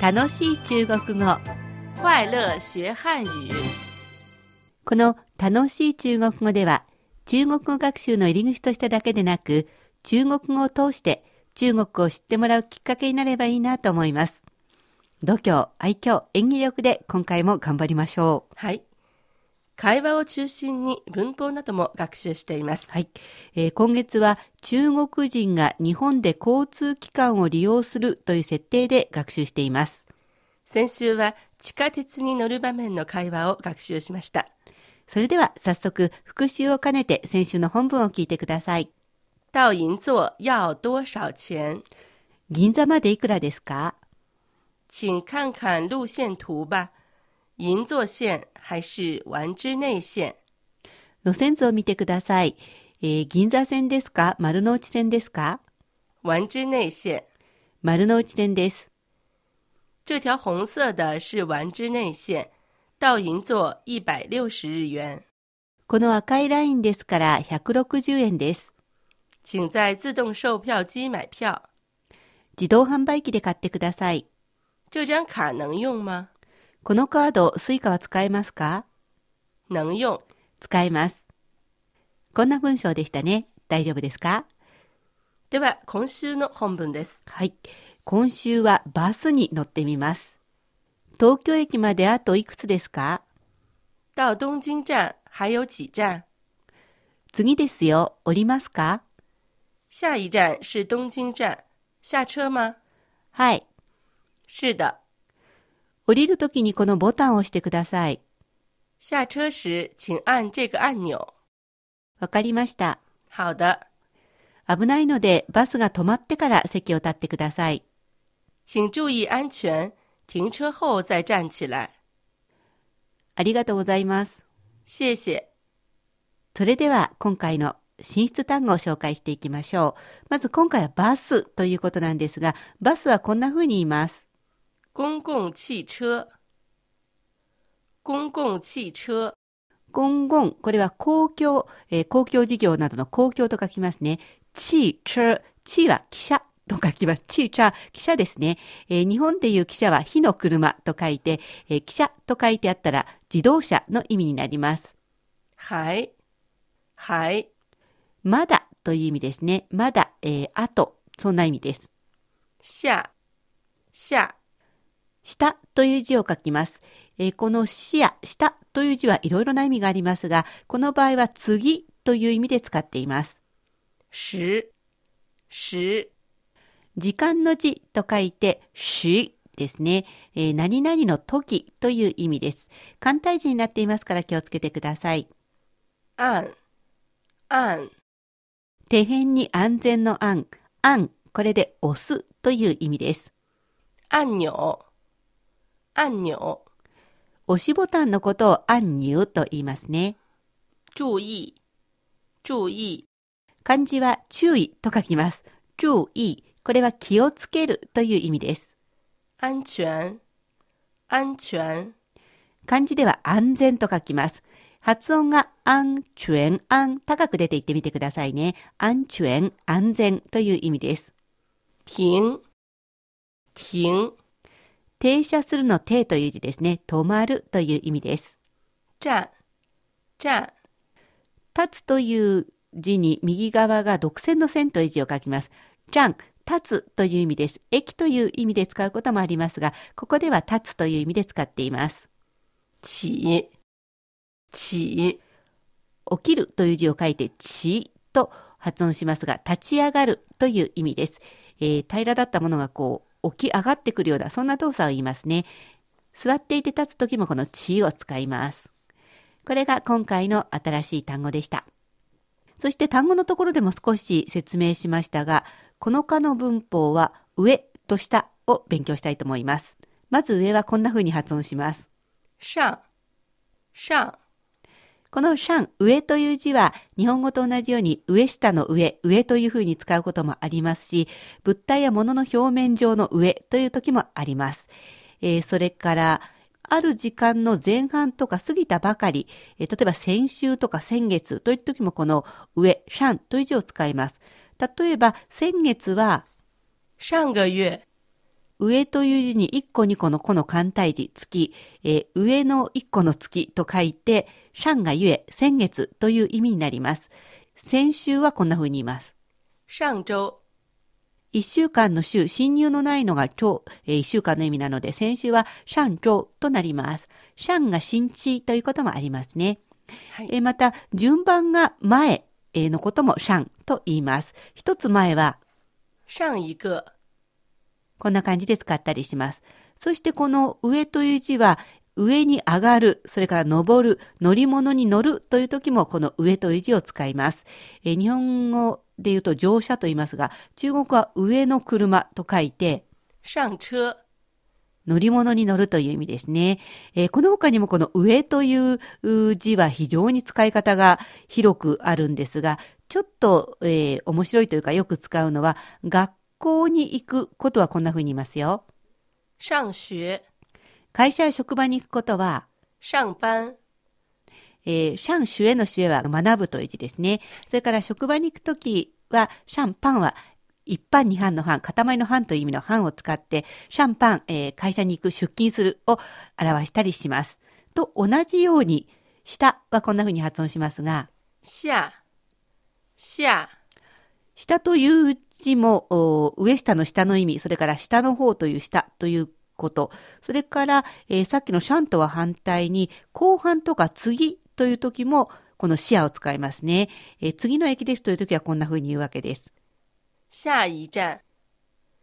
楽しい中国語快乐学汉语。この楽しい中国語では中国語学習の入り口としてだけでなく中国語を通して中国を知ってもらうきっかけになればいいなと思います度胸愛嬌演技力で今回も頑張りましょうはい。会話を中心に文法なども学習しています。はい、えー今月は中国人が日本で交通機関を利用するという設定で学習しています先週は地下鉄に乗る場面の会話を学習しました。それでは早速復習を兼ねて先週の本文を聞いてください到银座要多少钱？銀座までいくらですか请看看路线图吧。银座线还是丸之内线？路線図を見てください、えー銀座線ですか丸の内線ですか丸之内线。丸の内線です这条红色的是丸之内线，到银座一百六十日元，この赤いラインですから160円です请在自动售票机买票。自動販売機で買ってください这张卡能用吗？このカードスイカは使えますか能用。使えますこんな文章でしたね大丈夫ですかでは今週の本文です。はい。今週はバスに乗ってみます。東京駅まであといくつですか到东京站还有几站？次ですよ。降りますか下一站是东京站，下车吗？はい。是的，降りるときにこのボタンを押してください。下车时请按这个按钮。わかりました。好的，危ないのでバスが止まってから席を立ってください。请注意安全，停车后再站起来。ありがとうございます。谢谢。それでは今回の進出単語を紹介していきましょう。まず今回はバスということなんですが、バスはこんな風に言います。公共汽车，公共汽车，ゴンゴン、これは公共、えー公共事業などの公共と書きますね。チーチャー、チーは汽車と書きます。チーチャー、汽車ですね。えー日本でいう汽車は火の車と書いて、えー汽車と書いてあったら自動車の意味になります。还，还まだという意味ですね。まだ、えーあと、そんな意味です。下，下下という字を書きます。えーこの視や下という字はいろいろな意味がありますが、この場合は次という意味で使っています。十，十時間の字と書いて、しですね、えー何々の時という意味です。簡体字になっていますから気をつけてください。按，按手辺に安全の案、案、これで押すという意味です。按钮，按钮。押しボタンのことを按入と言いますね。注意，注意，漢字は注意と書きます。注意、これは気をつけるという意味です。安全，安全，漢字では安全と書きます。発音が安全、安、高く出ていってみてくださいね。安全、安全という意味です。停，停，停車するの停という字ですね。止まるという意味です。站，站，立つという字に右側が独線の線という字を書きます。じゃん、立つという意味です。駅という意味で使うこともありますが、ここでは立つという意味で使っています。起，起，起きるという字を書いて、ちと発音しますが、立ち上がるという意味です。えー平らだったものがこう、起き上がってくるような、そんな動作を言いますね。座っていて立つ時もこのちを使います。これが今回の新しい単語でした。そして単語のところでも少し説明しましたが、この課の文法は上と下を勉強したいと思います。まず上はこんな風に発音します。上，上，このシャン、上という字は、日本語と同じように、上下の上、上というふうに使うこともありますし、物体や物の表面上の上という時もあります。えーそれから、ある時間の前半とか過ぎたばかり、えー例えば先週とか先月という時もこの上、シャンという字を使います。例えば、先月は、上个月，上という字に1個2個の個の簡体字、月、えー上の1個の月と書いて、上がゆえ、先月という意味になります。先週はこんな風に言います。上周、一週間の週、侵入のないのが超、えー一週間の意味なので、先週は上周となります。上が新地ということもありますね。はいえーまた、順番が前えーのことも上と言います。一つ前は、上一个、こんな感じで使ったりします。そしてこの上という字は、上に上がる、それから登る、乗り物に乗るという時もこの上という字を使います。えー日本語で言うと乗車と言いますが、中国は上の車と書いて、上车、乗り物に乗るという意味ですね。えーこの他にもこの上というう字は非常に使い方が広くあるんですが、ちょっと、えー面白いというかよく使うのは、学校に行くことはこんな風に言いますよ。上学、会社や職場に行くことは、上班、えー、シャンシュエのシュエは学ぶという字ですね。それから職場に行くときは、シャンパンは一般二班の班、塊の班という意味の班を使って、シャンパン、えー会社に行く、出勤するを表したりします。と同じように、下はこんな風に発音しますが、下、下、下という字も、お上下の下の意味、それから下の方という下ということ、それから、えーさっきのシャンとは反対に、後半とか次という時も、この視野を使いますね。えー次の駅ですという時はこんな風に言うわけです。下一站、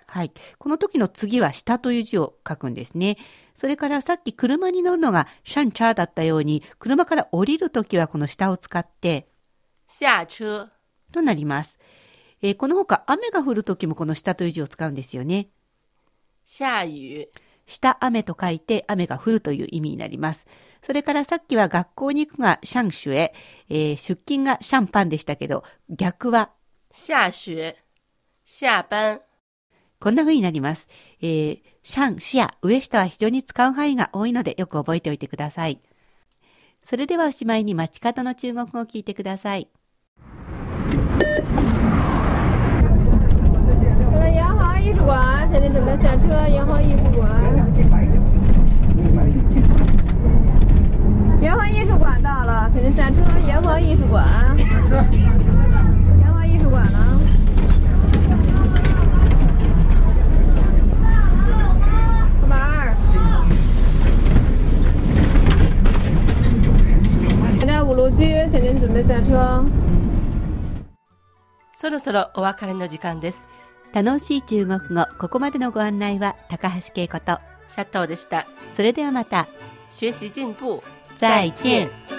はい。この時の次は下という字を書くんですね。それからさっき車に乗るのがシャンチャーだったように、車から降りる時はこの下を使って、下车、となります。えーこの他、雨が降る時もこの下という字を使うんですよね。下雨、下雨と書いて雨が降るという意味になります。それからさっきは学校に行くがシャンシュへ、えー出勤がシャンパンでしたけど、逆は下学、下班、こんな風になります。えーシャン、シア、上下は非常に使う範囲が多いのでよく覚えておいてください。それではおしまいに街角の中国語を聞いてください。我们洋行艺术馆现在准备下车，洋行艺术馆。洋行艺术馆到了，现在下车，洋行艺术馆。洋行艺术馆了。干嘛儿？现在五路区，现在准备下车。そろそろお別れの時間です。楽しい中国語、ここまでのご案内は高橋恵子と、シャッターでした。それではまた、学習進步。再见。